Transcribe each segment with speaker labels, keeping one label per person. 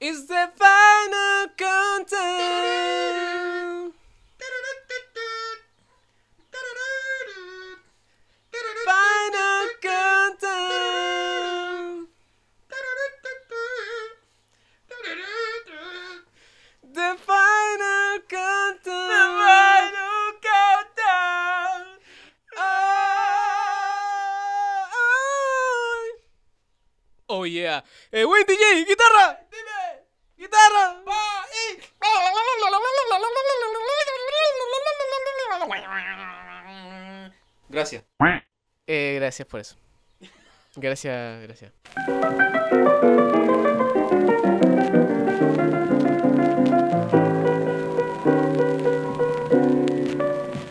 Speaker 1: It's the final countdown. Final countdown. The final countdown.
Speaker 2: final
Speaker 1: countdown. Ah, Oh yeah. Eh, güey, DJ, guitarra. Dime. Guitarra. Gracias. Eh, gracias por eso. Gracias, gracias.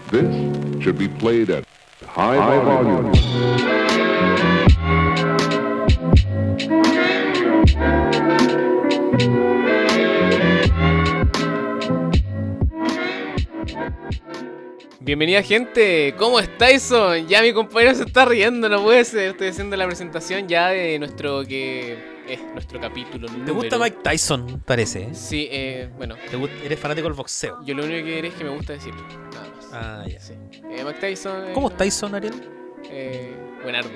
Speaker 3: This should be played at high, volume.
Speaker 1: Bienvenida gente, ¿cómo estáis? Son? Ya mi compañero se está riendo, no puede ser. Estoy haciendo la presentación ya de nuestro que es nuestro capítulo.
Speaker 2: ¿Te gusta Mike Tyson? Parece.
Speaker 1: Sí, eh, bueno,
Speaker 2: ¿Te gust- ¿Eres fanático del boxeo?
Speaker 1: yo lo único que diré es que me gusta decirlo, nada más.
Speaker 2: Ah, ya.
Speaker 1: Sí. Eh, Mike Tyson. eh,
Speaker 2: ¿Cómo
Speaker 1: no,
Speaker 2: es Tyson, Ariel?
Speaker 1: Eh, Buenardo.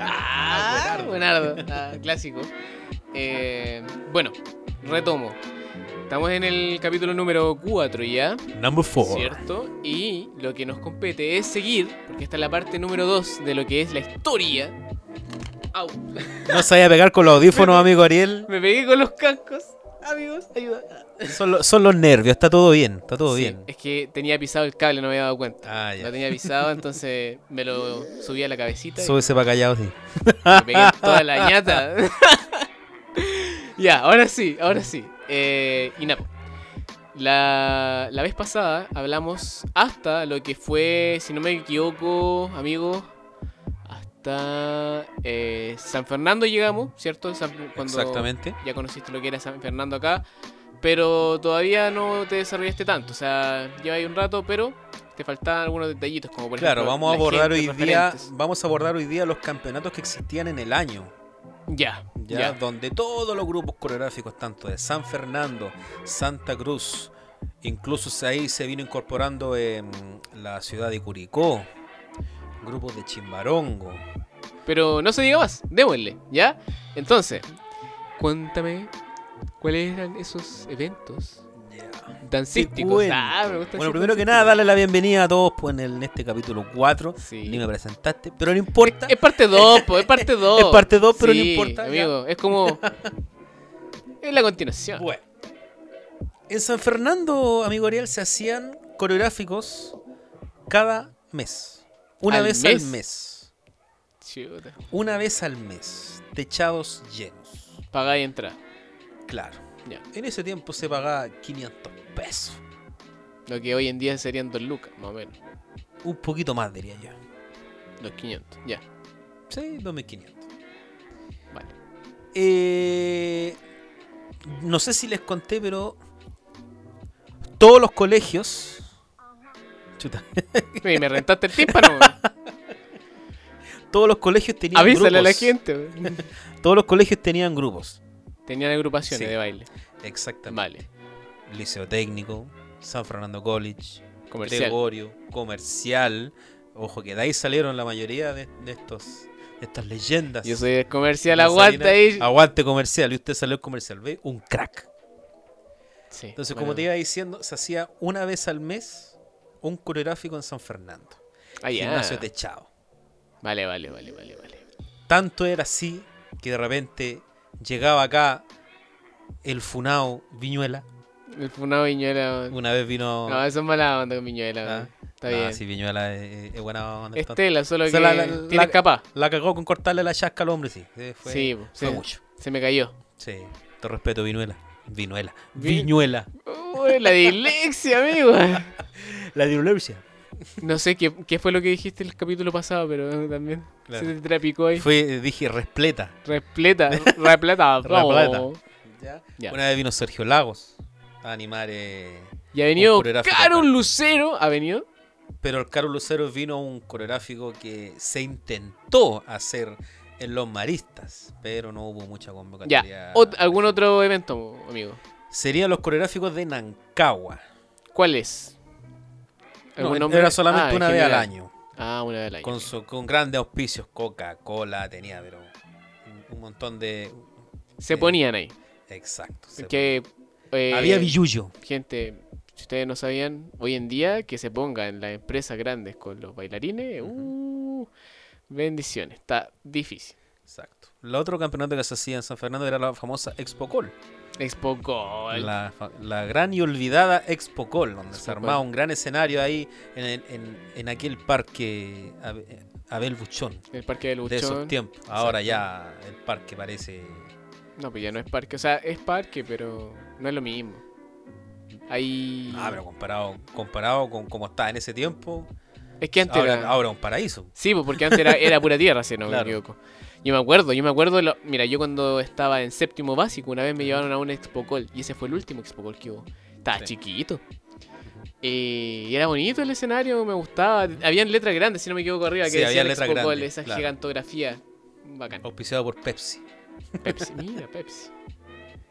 Speaker 2: Ah,
Speaker 1: Buenardo. ah, clásico. Eh, bueno, retomo. Estamos en el capítulo número 4 ya.
Speaker 2: Number 4.
Speaker 1: ¿Cierto? Y lo que nos compete es seguir, porque esta es la parte número 2 de lo que es la historia. Au,
Speaker 2: No se vaya a pegar con los audífonos, amigo Ariel.
Speaker 1: me pegué con los cascos. Amigos, ayuda.
Speaker 2: Son, lo- son los nervios, está todo bien, está todo
Speaker 1: Sí,
Speaker 2: bien.
Speaker 1: Es que tenía pisado el cable, no me había dado cuenta.
Speaker 2: Ah, ya.
Speaker 1: Lo tenía pisado, entonces me lo subí a la cabecita y
Speaker 2: Súbese para callado, sí.
Speaker 1: me pegué en toda la ñata. ya, ahora sí, ahora sí. Eh, Inapo. La, la vez pasada hablamos hasta lo que fue, si no me equivoco, amigos, hasta eh, San Fernando llegamos, ¿cierto? San- cuando
Speaker 2: Exactamente.
Speaker 1: Ya conociste lo que era San Fernando acá, pero todavía no te desarrollaste tanto, o sea, lleva ahí un rato, pero te faltaban algunos detallitos, como por
Speaker 2: Claro,
Speaker 1: ejemplo,
Speaker 2: vamos a
Speaker 1: la
Speaker 2: abordar hoy
Speaker 1: gente,
Speaker 2: día,
Speaker 1: referentes.
Speaker 2: vamos a abordar hoy día los campeonatos que existían en el año.
Speaker 1: Ya,
Speaker 2: ¿ya?
Speaker 1: ya.
Speaker 2: donde todos los grupos coreográficos, tanto de San Fernando, Santa Cruz, incluso se- ahí se vino incorporando em, la ciudad de Curicó, grupos de Chimbarongo.
Speaker 1: Pero no se diga más, démosle, ¿ya? Entonces, cuéntame cuáles eran esos eventos dancísticos.
Speaker 2: bueno.
Speaker 1: Ah, me gusta
Speaker 2: Bueno,
Speaker 1: decir
Speaker 2: primero que
Speaker 1: dancísticos.
Speaker 2: nada, darle la bienvenida a todos pues, en, el- en este capítulo 4.
Speaker 1: Sí. Eh,
Speaker 2: Ni me presentaste, pero no importa.
Speaker 1: Es parte 2, es parte 2.
Speaker 2: Es parte dos, pero no importa, ya.
Speaker 1: Amigo, es como. Es la continuación.
Speaker 2: Bueno. En San Fernando, amigo Ariel, se hacían coreográficos cada mes. Una
Speaker 1: ¿Al
Speaker 2: vez
Speaker 1: mes?
Speaker 2: al mes.
Speaker 1: Chuta.
Speaker 2: Una vez al mes. Techados llenos.
Speaker 1: Pagá y entra.
Speaker 2: Claro.
Speaker 1: Ya.
Speaker 2: En ese tiempo se pagaba 500 pesos.
Speaker 1: Lo que hoy en día serían 2 lucas, más o menos.
Speaker 2: Un poquito más, diría yo.
Speaker 1: Los 500, ya.
Speaker 2: Sí, 2500.
Speaker 1: Vale.
Speaker 2: Eh, no sé si les conté, pero todos los colegios. Chuta.
Speaker 1: Sí, me rentaste el tímpano. weón.
Speaker 2: Todos los colegios tenían
Speaker 1: Avísale a la
Speaker 2: grupos.
Speaker 1: gente. weón.
Speaker 2: Todos los colegios tenían grupos.
Speaker 1: Tenían agrupaciones
Speaker 2: Sí.
Speaker 1: de baile.
Speaker 2: Exactamente.
Speaker 1: Vale.
Speaker 2: Liceo Técnico, San Fernando College,
Speaker 1: Comercial.
Speaker 2: Gregorio, Comercial. Ojo que de ahí salieron la mayoría de, de estos de estas leyendas.
Speaker 1: Yo soy del comercial,
Speaker 2: Salina-
Speaker 1: aguanta ahí.
Speaker 2: Aguante comercial. Y usted salió al comercial, ¿ve? Un crack.
Speaker 1: Sí,
Speaker 2: Entonces,
Speaker 1: bueno,
Speaker 2: como te iba diciendo, se hacía una vez al mes un coreográfico en San Fernando.
Speaker 1: ah, ya.
Speaker 2: Gimnasio techado.
Speaker 1: Vale, vale, vale, vale, vale.
Speaker 2: Tanto era así que de repente llegaba acá el Funao Viñuela.
Speaker 1: El funado Viñuela.
Speaker 2: Una vez vino.
Speaker 1: No, eso es mala onda con Viñuela.
Speaker 2: Ah.
Speaker 1: weón. Está
Speaker 2: Ah,
Speaker 1: bien. Este
Speaker 2: sí, Viñuela es, es buena onda. entonces.
Speaker 1: Estela, solo
Speaker 2: O
Speaker 1: que
Speaker 2: sea, la- la-
Speaker 1: tienes
Speaker 2: la-
Speaker 1: capaz.
Speaker 2: La cagó con cortarle la chasca al hombre, sí. Eh, Fue,
Speaker 1: sí, po,
Speaker 2: fue
Speaker 1: se,
Speaker 2: mucho.
Speaker 1: se me cayó.
Speaker 2: Sí. Te respeto, Viñuela. Viñuela.
Speaker 1: Vi-
Speaker 2: Viñuela.
Speaker 1: Uy, la dislexia, amigo.
Speaker 2: La dirulencia.
Speaker 1: No sé qué, qué fue lo que dijiste el capítulo pasado, pero eh, también
Speaker 2: Claro.
Speaker 1: se te trapicó ahí.
Speaker 2: Fue, dije, respleta.
Speaker 1: Repleta, repleta.
Speaker 2: Repleta.
Speaker 1: vamos. Ya.
Speaker 2: Una vez vino Sergio Lagos a animar. eh,
Speaker 1: Y ha venido
Speaker 2: Un coreográfico
Speaker 1: Caro
Speaker 2: acá.
Speaker 1: Lucero. Ha venido.
Speaker 2: Pero el Carlos Lucero vino un coreográfico que se intentó hacer en los maristas, pero no hubo mucha convocatoria.
Speaker 1: Ya, Ot- algún otro evento, amigo.
Speaker 2: Serían los coreográficos de Nancagua.
Speaker 1: ¿Cuál es?
Speaker 2: No,
Speaker 1: ¿Algún nombre?
Speaker 2: era solamente
Speaker 1: Ah,
Speaker 2: una
Speaker 1: en
Speaker 2: vez al
Speaker 1: general.
Speaker 2: año.
Speaker 1: Ah, una vez al año.
Speaker 2: Con, su- con grandes auspicios, Coca-Cola tenía, pero un, un montón de...
Speaker 1: Se ponían ahí.
Speaker 2: Exacto. se
Speaker 1: Que, eh,
Speaker 2: ponía. Había billuyo.
Speaker 1: Gente, si ustedes no sabían, hoy en día que se pongan las empresas grandes con los bailarines, uh, bendiciones, está difícil.
Speaker 2: Exacto. El otro campeonato que se hacía en San Fernando era la famosa Expo Col.
Speaker 1: Expo Gol.
Speaker 2: La, fa- la gran y olvidada Expo Col, donde se
Speaker 1: Expo Col.
Speaker 2: armaba un gran escenario ahí en, el- en- en aquel parque Abe- Abel Buchón.
Speaker 1: El Parque del
Speaker 2: De esos
Speaker 1: Buchón.
Speaker 2: tiempos. Ahora ya el parque parece.
Speaker 1: No, pues ya no es parque. O sea, es parque, pero no es lo mismo. Ahí...
Speaker 2: Ah, pero comparado, comparado con cómo estaba en ese tiempo.
Speaker 1: Es que antes
Speaker 2: Ahora,
Speaker 1: era-
Speaker 2: ahora un paraíso.
Speaker 1: Sí, pues porque antes era, era pura tierra, si no
Speaker 2: Claro.
Speaker 1: me equivoco. Yo me acuerdo, yo me acuerdo, lo- mira, yo cuando estaba en séptimo básico, una vez me llevaron a un Expocol, y ese fue el último Expocol que hubo. Estaba
Speaker 2: Sí.
Speaker 1: chiquito. Eh, y era bonito el escenario, me gustaba. Habían letras grandes, si no me equivoco, arriba, que
Speaker 2: Sí,
Speaker 1: decía
Speaker 2: había letras
Speaker 1: Expocol,
Speaker 2: grandes,
Speaker 1: esa
Speaker 2: claro. Oh.
Speaker 1: gigantografía. Bacán.
Speaker 2: Auspiciado por Pepsi.
Speaker 1: Pepsi, mira, Pepsi.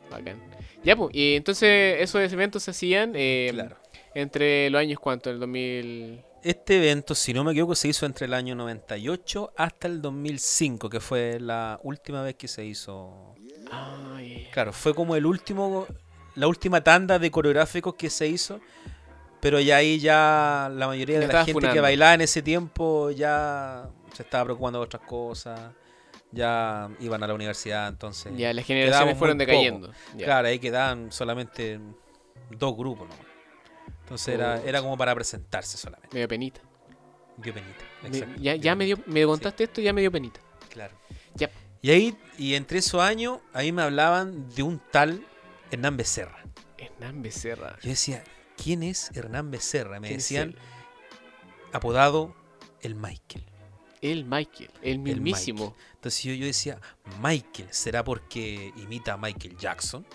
Speaker 1: Bacán. Ya, pues, y entonces esos eventos se hacían eh,
Speaker 2: Claro.
Speaker 1: entre los años, ¿cuánto? El 2000...
Speaker 2: Este evento, si no me equivoco, se hizo entre el año 98 hasta el 2005, que fue la última vez que se hizo.
Speaker 1: Ay,
Speaker 2: Claro, fue como el último, la última tanda de coreográficos que se hizo, pero ya ahí ya la mayoría
Speaker 1: Ya
Speaker 2: de la
Speaker 1: estaba
Speaker 2: gente que
Speaker 1: funando.
Speaker 2: bailaba en ese tiempo ya se estaba preocupando de otras cosas, ya iban a la universidad, entonces.
Speaker 1: ya, las
Speaker 2: Quedábamos
Speaker 1: generaciones
Speaker 2: muy
Speaker 1: fueron
Speaker 2: poco.
Speaker 1: decayendo. Ya.
Speaker 2: Claro, ahí quedaban solamente dos grupos, ¿no? Entonces era,
Speaker 1: Pucha.
Speaker 2: era como para presentarse solamente.
Speaker 1: Me dio penita.
Speaker 2: Dio penita.
Speaker 1: Me-
Speaker 2: exacto,
Speaker 1: ya
Speaker 2: dio
Speaker 1: ya me, dio,
Speaker 2: penita.
Speaker 1: me contaste esto, ya me dio penita.
Speaker 2: Claro.
Speaker 1: Ya.
Speaker 2: Y ahí, y entre esos años, ahí me hablaban de un tal Hernán Becerra.
Speaker 1: Hernán Becerra.
Speaker 2: Yo decía, ¿quién es Hernán Becerra? Me
Speaker 1: ¿Quién es
Speaker 2: decían,
Speaker 1: él?
Speaker 2: apodado el Michael.
Speaker 1: El Michael, el mismísimo.
Speaker 2: Entonces yo, yo decía, Michael, ¿será porque imita a Michael Jackson?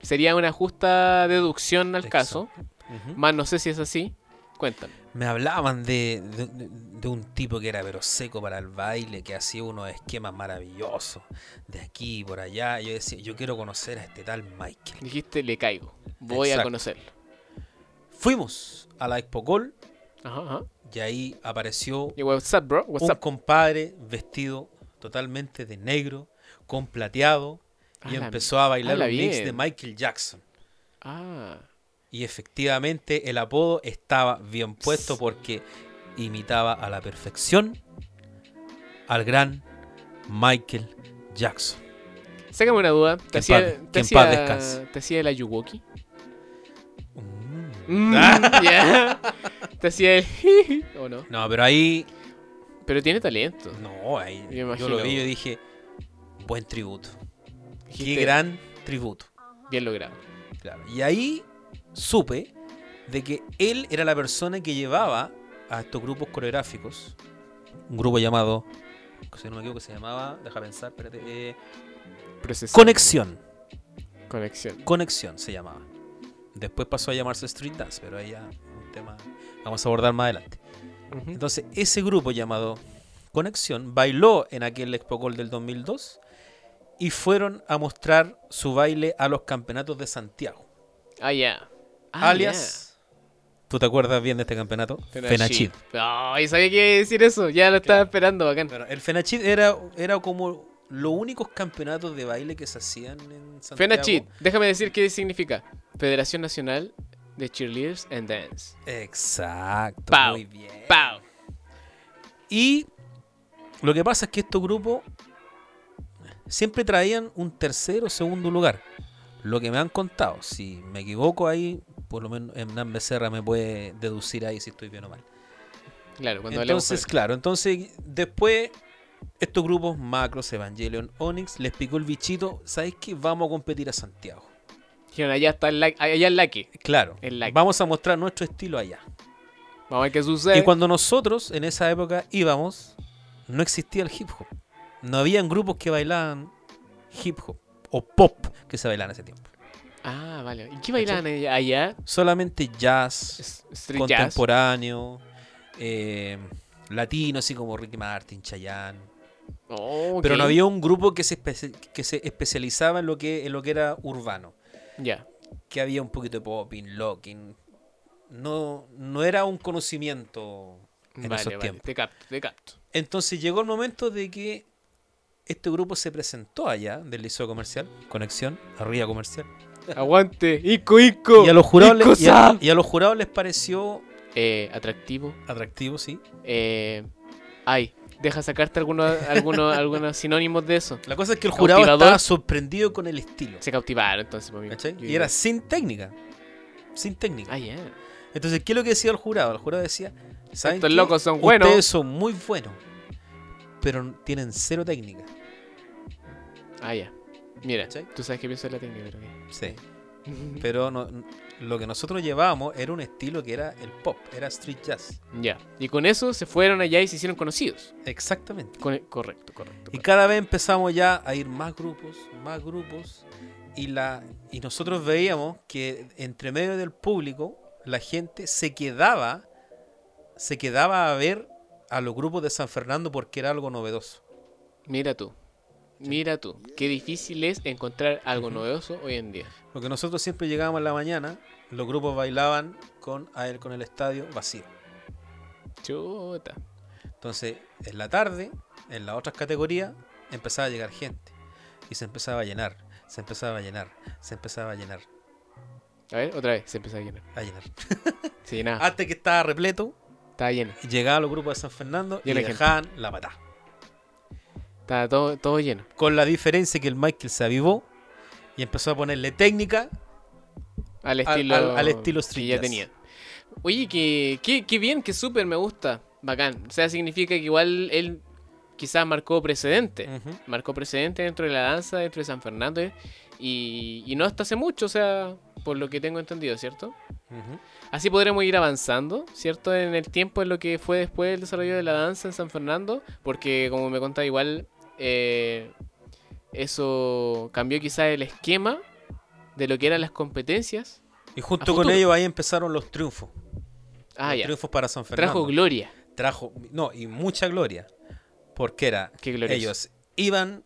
Speaker 1: Sería una justa deducción al caso,
Speaker 2: Ujú.
Speaker 1: más no sé si es así. Cuéntame.
Speaker 2: Me hablaban de, de- de un tipo que era pero seco para el baile, que hacía unos esquemas maravillosos, de aquí y por allá. Yo decía, yo quiero conocer a este tal Michael.
Speaker 1: Dijiste, le caigo. Voy a
Speaker 2: Exacto.
Speaker 1: conocerlo.
Speaker 2: Fuimos a la Expo Gol
Speaker 1: Ajá, ajá.
Speaker 2: y ahí apareció
Speaker 1: Y WhatsApp, bro.
Speaker 2: un
Speaker 1: WhatsApp.
Speaker 2: compadre vestido totalmente de negro, con plateado, y empezó a bailar
Speaker 1: Habla
Speaker 2: un mix de
Speaker 1: bien.
Speaker 2: Michael Jackson.
Speaker 1: Ah,
Speaker 2: Y efectivamente el apodo estaba bien puesto porque imitaba a la perfección al gran Michael Jackson.
Speaker 1: sácame una duda. ¿Te
Speaker 2: Que en
Speaker 1: hacía,
Speaker 2: paz-
Speaker 1: te
Speaker 2: que en paz
Speaker 1: hacía-
Speaker 2: descanse.
Speaker 1: te hacía el Ayuwoki?
Speaker 2: Mm.
Speaker 1: Mm, ya. ¿Te hacía el o no?
Speaker 2: No, pero ahí,
Speaker 1: Pero tiene talento.
Speaker 2: no, ahí
Speaker 1: Me
Speaker 2: yo
Speaker 1: imagino.
Speaker 2: lo vi y dije, buen tributo. Qué
Speaker 1: Dijiste,
Speaker 2: gran tributo.
Speaker 1: Bien logrado.
Speaker 2: Claro, Y ahí supe de que él era la persona que llevaba a estos grupos coreográficos. Un grupo llamado, si no me equivoco, se llamaba, deja pensar, espérate, eh,
Speaker 1: Procesado.
Speaker 2: Conexión.
Speaker 1: Conexión.
Speaker 2: Conexión se llamaba. Después pasó a llamarse Street Dance, pero ahí ya un tema vamos a abordar más adelante.
Speaker 1: Ujú.
Speaker 2: Entonces, ese grupo llamado Conexión bailó en aquel Expo Gol del 2002 y fueron a mostrar su baile a los campeonatos de Santiago.
Speaker 1: Ah, ya. Ah,
Speaker 2: alias. ¿Tú te acuerdas bien de este campeonato?
Speaker 1: ya.
Speaker 2: Fenachid.
Speaker 1: Ay, sabía que iba a decir eso. Ya lo estaba esperando, bacán.
Speaker 2: Claro, el Fenachid era, era como los únicos campeonatos de baile que se hacían en Santiago.
Speaker 1: Fenachit, déjame decir qué significa. Federación Nacional de Cheerleaders and Dance.
Speaker 2: Exacto.
Speaker 1: Pau,
Speaker 2: Muy bien.
Speaker 1: ¡Pau!
Speaker 2: Y lo que pasa es que estos grupos siempre traían un tercero o segundo lugar. Lo que me han contado. Si me equivoco ahí, por lo menos Hernán Becerra me puede deducir ahí si estoy bien o mal.
Speaker 1: Claro, cuando hablamos.
Speaker 2: Entonces, claro, entonces después estos grupos, Macros, Evangelion, Onyx, les picó el bichito, ¿sabéis que Vamos a competir a Santiago.
Speaker 1: Dijeron, allá está el like, allá el like.
Speaker 2: Claro,
Speaker 1: El like.
Speaker 2: vamos a mostrar nuestro estilo allá.
Speaker 1: Vamos a ver qué sucede.
Speaker 2: Y cuando nosotros en esa época íbamos, no existía el hip hop. No habían grupos que bailaban hip hop o pop que se bailaban en ese tiempo.
Speaker 1: Ah, vale. ¿Y qué bailaban allá? allá?
Speaker 2: Solamente jazz,
Speaker 1: Es- Street jazz.
Speaker 2: contemporáneo, eh, latino, así como Ricky Martin, Chayanne.
Speaker 1: Oh,
Speaker 2: Pero
Speaker 1: ok.
Speaker 2: no había un grupo que se, espe- que se especializaba en lo que, en lo que era urbano.
Speaker 1: Ya.
Speaker 2: Que había un poquito de popping, locking. No, no era un conocimiento en
Speaker 1: vale,
Speaker 2: esos
Speaker 1: vale.
Speaker 2: tiempos.
Speaker 1: Te capto, te capto.
Speaker 2: Entonces llegó el momento de que este grupo se presentó allá del liceo comercial, conexión, arriba comercial.
Speaker 1: Aguante, Ico, Ico.
Speaker 2: Y a los jurados,
Speaker 1: Ico,
Speaker 2: les, y a-
Speaker 1: Sam.
Speaker 2: y a los jurados les pareció
Speaker 1: Eh, atractivo.
Speaker 2: atractivo, sí.
Speaker 1: Eh, ay, deja sacarte algunos algunos algunos sinónimos de eso.
Speaker 2: La cosa es que el jurado
Speaker 1: Cautivador.
Speaker 2: estaba sorprendido con el estilo.
Speaker 1: Se cautivaron entonces, por mí.
Speaker 2: ¿cachai?
Speaker 1: Yo
Speaker 2: Y
Speaker 1: digo,
Speaker 2: era sin técnica. Sin técnica.
Speaker 1: Ah, ya.
Speaker 2: Entonces, ¿qué es lo que decía el jurado? El jurado decía, ¿saben
Speaker 1: Estos
Speaker 2: qué?
Speaker 1: locos son
Speaker 2: Ustedes
Speaker 1: buenos".
Speaker 2: son muy buenos, pero tienen cero técnica.
Speaker 1: Ah, ya. Mira,
Speaker 2: ¿Cachai?
Speaker 1: tú sabes que pienso de la técnica, pero bien.
Speaker 2: Sí. Pero no- lo que nosotros llevábamos era un estilo que era el pop, era street jazz.
Speaker 1: Ya. Y con eso se fueron allá y se hicieron conocidos.
Speaker 2: Exactamente.
Speaker 1: Con- correcto, correcto.
Speaker 2: Y
Speaker 1: correcto.
Speaker 2: cada vez empezamos ya a ir más grupos, más grupos. Y, la, y nosotros veíamos que entre medio del público la gente se quedaba, se quedaba a ver a los grupos de San Fernando porque era algo novedoso.
Speaker 1: Mira tú. Mira tú. Qué difícil es encontrar algo novedoso hoy en día.
Speaker 2: Porque nosotros siempre llegábamos en la mañana, los grupos bailaban con, a él, con el estadio vacío.
Speaker 1: Chuta.
Speaker 2: Entonces, en la tarde, en las otras categorías, empezaba a llegar gente. Y se empezaba a llenar, se empezaba a llenar, se empezaba a llenar,
Speaker 1: A ver, otra vez. Se empezó a llenar.
Speaker 2: a llenar.
Speaker 1: Se llenaba.
Speaker 2: Hasta que estaba repleto
Speaker 1: Estaba lleno.
Speaker 2: Y Llegaban los grupos de San Fernando
Speaker 1: Y
Speaker 2: y,
Speaker 1: la gente.
Speaker 2: dejaban la patada.
Speaker 1: Estaba todo, todo lleno.
Speaker 2: Con la diferencia que el Michael se avivó y empezó a ponerle técnica.
Speaker 1: Al
Speaker 2: al-
Speaker 1: estilo,
Speaker 2: al estilo street
Speaker 1: que ya
Speaker 2: jazz.
Speaker 1: tenía. Oye, que, que, que bien, que súper, me gusta. Bacán. O sea, significa que igual él quizás marcó precedente.
Speaker 2: Mm.
Speaker 1: Marcó precedente dentro de la danza, dentro de San Fernando. eh, Y, y no hasta hace mucho, o sea, por lo que tengo entendido, ¿cierto? Así podremos ir avanzando, ¿cierto? En el tiempo, en lo que fue después el desarrollo de la danza en San Fernando, porque como me contaba igual, eh, eso cambió quizás el esquema de lo que eran las competencias.
Speaker 2: Y
Speaker 1: A
Speaker 2: junto
Speaker 1: futuro.
Speaker 2: con ellos ahí empezaron los triunfos.
Speaker 1: Ah,
Speaker 2: los
Speaker 1: ya.
Speaker 2: triunfos para San Fernando.
Speaker 1: Trajo gloria.
Speaker 2: Trajo- no, y mucha gloria. Porque era,
Speaker 1: Qué glorioso.
Speaker 2: ellos iban...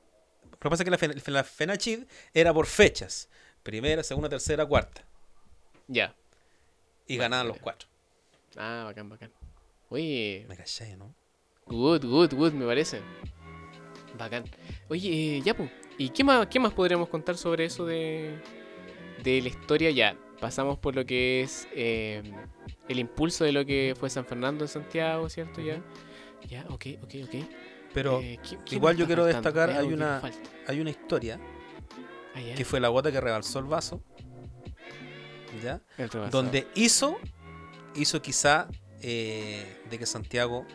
Speaker 2: Lo que pasa es que la, Fen- la FENACHID era por fechas. Primera, segunda, tercera, cuarta.
Speaker 1: Ya.
Speaker 2: Y
Speaker 1: Bueno,
Speaker 2: ganaban
Speaker 1: mira.
Speaker 2: los cuatro.
Speaker 1: Ah, bacán, bacán. Oye,
Speaker 2: Me callé, ¿no?
Speaker 1: good, good, good, me parece. Bacán. Oye, eh, ya, po. ¿Y qué más, qué más podríamos contar sobre eso de, de la historia? Ya, pasamos por lo que es eh, el impulso de lo que fue San Fernando en Santiago, ¿cierto? Ya, ya, ok, ok, ok.
Speaker 2: Pero
Speaker 1: Eh, ¿qué- qué
Speaker 2: igual
Speaker 1: nos
Speaker 2: yo
Speaker 1: está
Speaker 2: quiero
Speaker 1: faltando?
Speaker 2: destacar, hay
Speaker 1: algo que
Speaker 2: una-
Speaker 1: nos falta?
Speaker 2: hay una historia
Speaker 1: Ah, ya,
Speaker 2: que fue la gota que rebalsó el vaso. ¿Ya?
Speaker 1: el rebasado.
Speaker 2: donde hizo, hizo quizá eh, de que Santiago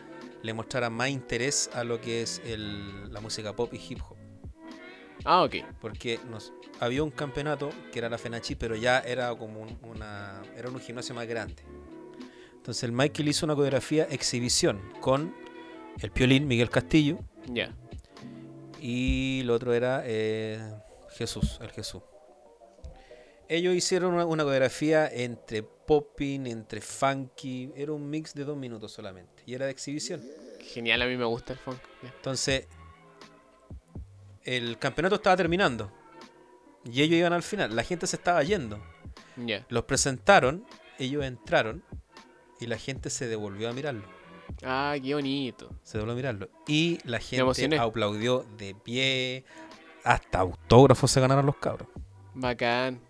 Speaker 2: le mostrara más interés a lo que es el- la música pop y hip hop.
Speaker 1: Ah, ok.
Speaker 2: Porque nos, había un campeonato que era la FENACHI, pero ya era como un, una, era un gimnasio más grande. Entonces el Michael hizo una coreografía exhibición con el Piolín, Miguel Castillo,
Speaker 1: Ya.
Speaker 2: y el otro era eh, Jesús, el Jesús. Ellos hicieron una, una coreografía entre popping, entre funky, era un mix de dos minutos solamente, y era de exhibición.
Speaker 1: Genial, a mí me gusta el funk. Ya.
Speaker 2: Entonces, el campeonato estaba terminando, y ellos iban al final, la gente se estaba yendo.
Speaker 1: ya.
Speaker 2: Los presentaron, ellos entraron, y la gente se devolvió a mirarlo.
Speaker 1: Ah, qué bonito.
Speaker 2: Se devolvió a mirarlo. Y la gente
Speaker 1: emocioné.
Speaker 2: aplaudió de pie, hasta autógrafos se ganaron los cabros.
Speaker 1: Bacán.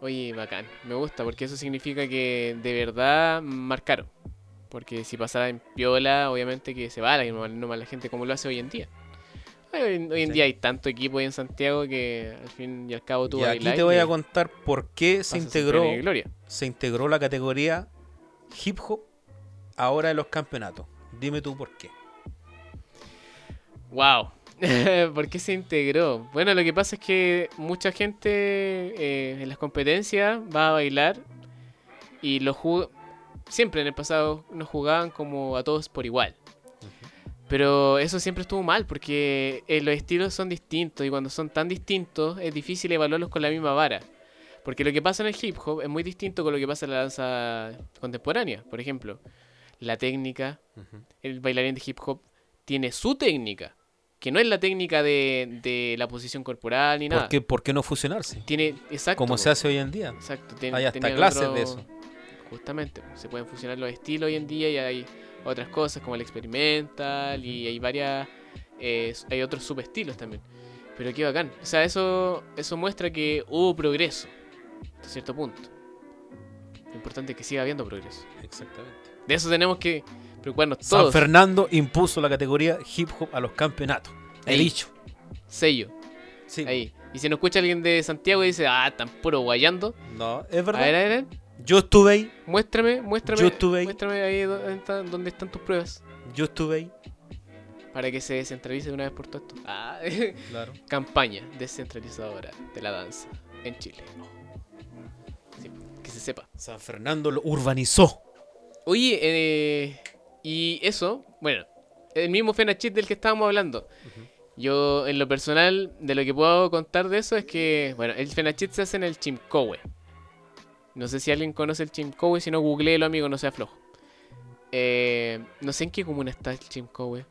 Speaker 1: Oye, bacán. Me gusta porque eso significa que de verdad marcaron. Porque si pasara en piola, obviamente que se va la, no, no la gente como lo hace hoy en día. Ay, Hoy, hoy en
Speaker 2: Sí.
Speaker 1: día hay tanto equipo ahí en Santiago que al fin y al cabo tú
Speaker 2: y aquí
Speaker 1: bailás
Speaker 2: te voy
Speaker 1: y
Speaker 2: a contar por qué
Speaker 1: pasas
Speaker 2: se
Speaker 1: en
Speaker 2: integró,
Speaker 1: pena y gloria.
Speaker 2: se integró la categoría hip hop ahora en los campeonatos. Dime tú por qué.
Speaker 1: Wow. ¿Por qué se integró? Bueno, lo que pasa es que mucha gente eh, en las competencias va a bailar y los ju- siempre en el pasado nos jugaban como a todos por igual. Pero eso siempre estuvo mal porque eh, los estilos son distintos y cuando son tan distintos es difícil evaluarlos con la misma vara. Porque lo que pasa en el hip hop es muy distinto con lo que pasa en la danza contemporánea. Por ejemplo, la técnica, el bailarín de hip hop tiene su técnica. que no es la técnica de, de la posición corporal ni nada.
Speaker 2: ¿Por qué, por qué no fusionarse?
Speaker 1: Tiene, exacto.
Speaker 2: Como se hace hoy en día.
Speaker 1: Exacto. ten-
Speaker 2: Hay hasta
Speaker 1: tenía el
Speaker 2: clases de eso.
Speaker 1: Justamente, se pueden fusionar los estilos hoy en día y hay otras cosas como el experimental y hay varias, eh, hay otros subestilos también. Pero qué bacán. O sea, eso, eso muestra que hubo progreso hasta cierto punto. Lo importante es que siga habiendo progreso.
Speaker 2: Exactamente.
Speaker 1: De eso tenemos que preocuparnos
Speaker 2: San
Speaker 1: todos.
Speaker 2: Fernando impuso la categoría hip hop a los campeonatos. He
Speaker 1: Ahí.
Speaker 2: dicho.
Speaker 1: Sello.
Speaker 2: Sí.
Speaker 1: Ahí. Y si nos escucha alguien de Santiago y dice, ah, tan puro guayando.
Speaker 2: No, es
Speaker 1: A
Speaker 2: verdad.
Speaker 1: ver, a ver, a ver.
Speaker 2: Yo estuve ahí.
Speaker 1: Muéstrame, muéstrame.
Speaker 2: Yo estuve ahí.
Speaker 1: Muéstrame ahí do- dónde están, dónde están tus pruebas.
Speaker 2: Yo estuve ahí.
Speaker 1: Para que se descentralice de una vez por todas. esto. Ah,
Speaker 2: Claro.
Speaker 1: campaña descentralizadora de la danza en Chile. Sí, que se sepa.
Speaker 2: San Fernando lo urbanizó.
Speaker 1: Oye, eh, y eso, bueno, el mismo Fenachit del que estábamos hablando. Yo, en lo personal, de lo que puedo contar de eso es que, bueno, el Fenachit se hace en el Chimcowe. No sé si alguien conoce el Chimcowe, si no, googleelo, amigo, no sea flojo. Eh, no sé en qué comuna está el Chimcowe.